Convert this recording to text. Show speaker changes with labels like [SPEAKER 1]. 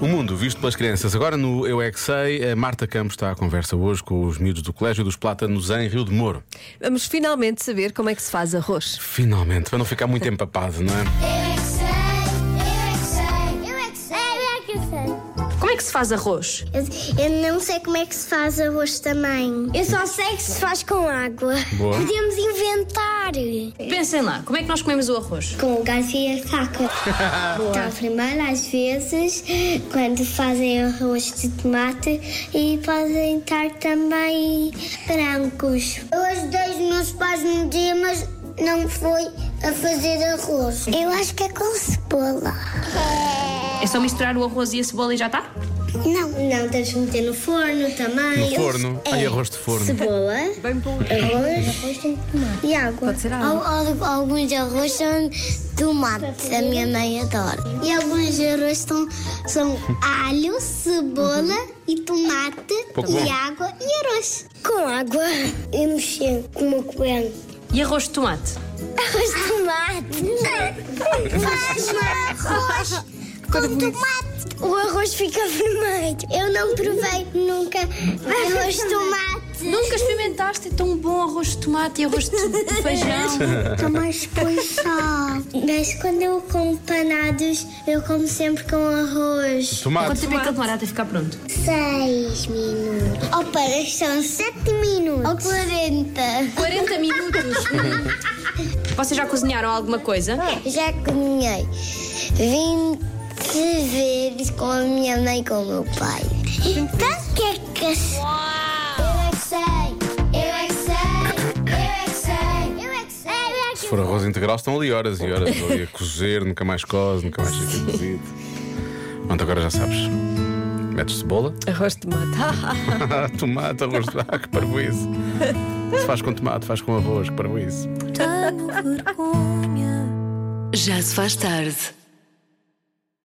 [SPEAKER 1] O mundo visto pelas crianças. Agora no Eu É Que Sei, a Marta Campos está à conversa hoje com os miúdos do Colégio dos Plátanos em Rio de Moro.
[SPEAKER 2] Vamos finalmente saber como é que se faz arroz.
[SPEAKER 1] Finalmente, para não ficar muito empapado, não é?
[SPEAKER 3] Eu é que sei, eu é que sei, eu é que sei, eu é que sei.
[SPEAKER 2] Como é que se faz arroz?
[SPEAKER 4] Eu, eu não sei como é que se faz arroz também.
[SPEAKER 3] Eu só sei que se faz com água.
[SPEAKER 1] Boa.
[SPEAKER 3] Podemos inventar.
[SPEAKER 2] Pensem lá, como é que nós comemos o arroz?
[SPEAKER 4] Com o gás e a faca. então, primeiro, às vezes, quando fazem arroz de tomate e podem estar também brancos.
[SPEAKER 3] Eu ajudei os meus pais no dia, mas não foi a fazer arroz. Eu acho que é com cebola.
[SPEAKER 2] É só misturar o arroz e a cebola e já está?
[SPEAKER 4] Não, não, tens de meter no forno também.
[SPEAKER 2] é
[SPEAKER 4] é,
[SPEAKER 1] No forno. Ai, arroz de forno.
[SPEAKER 4] Cebola,
[SPEAKER 2] Bem bom.
[SPEAKER 4] arroz e água.
[SPEAKER 2] Pode ser água.
[SPEAKER 4] alguns arroz são tomate, a minha mãe adora. E alguns arroz são, são alho, cebola e tomate
[SPEAKER 1] Pouco
[SPEAKER 4] e
[SPEAKER 1] bom.
[SPEAKER 4] água e arroz. Com água e mexer com uma colher.
[SPEAKER 2] E arroz de tomate?
[SPEAKER 4] Arroz de tomate. Faz arroz com tomate. O arroz fica vermelho. Eu não provei nunca arroz de tomate.
[SPEAKER 2] Nunca experimentaste tão bom arroz de tomate e arroz de feijão?
[SPEAKER 4] Estou mais põe sal. Mas quando eu como panados, eu como sempre com arroz.
[SPEAKER 2] Quanto
[SPEAKER 1] Tomate.
[SPEAKER 2] tempo é que ele demora até ficar pronto?
[SPEAKER 4] Seis minutos. Ou para são sete minutos. Ou 40.
[SPEAKER 2] 40 minutos. Vocês já cozinharam alguma coisa?
[SPEAKER 3] Ah.
[SPEAKER 4] Já cozinhei 20 vezes com a minha mãe e com o meu pai.
[SPEAKER 3] Então, é
[SPEAKER 4] Panquecas.
[SPEAKER 3] Eu é que sei, eu é que sei, eu é que sei, eu é que sei, eu é que
[SPEAKER 1] Se for arroz integral, estão ali horas e horas. Ali a cozer, nunca mais cose, nunca mais fica cozido. Pronto, agora já sabes. Metes cebola,
[SPEAKER 2] Arroz de tomate.
[SPEAKER 1] tomate, arroz de ah, que parboice. Se faz com tomate, faz com arroz, que parboice.
[SPEAKER 5] Já se faz tarde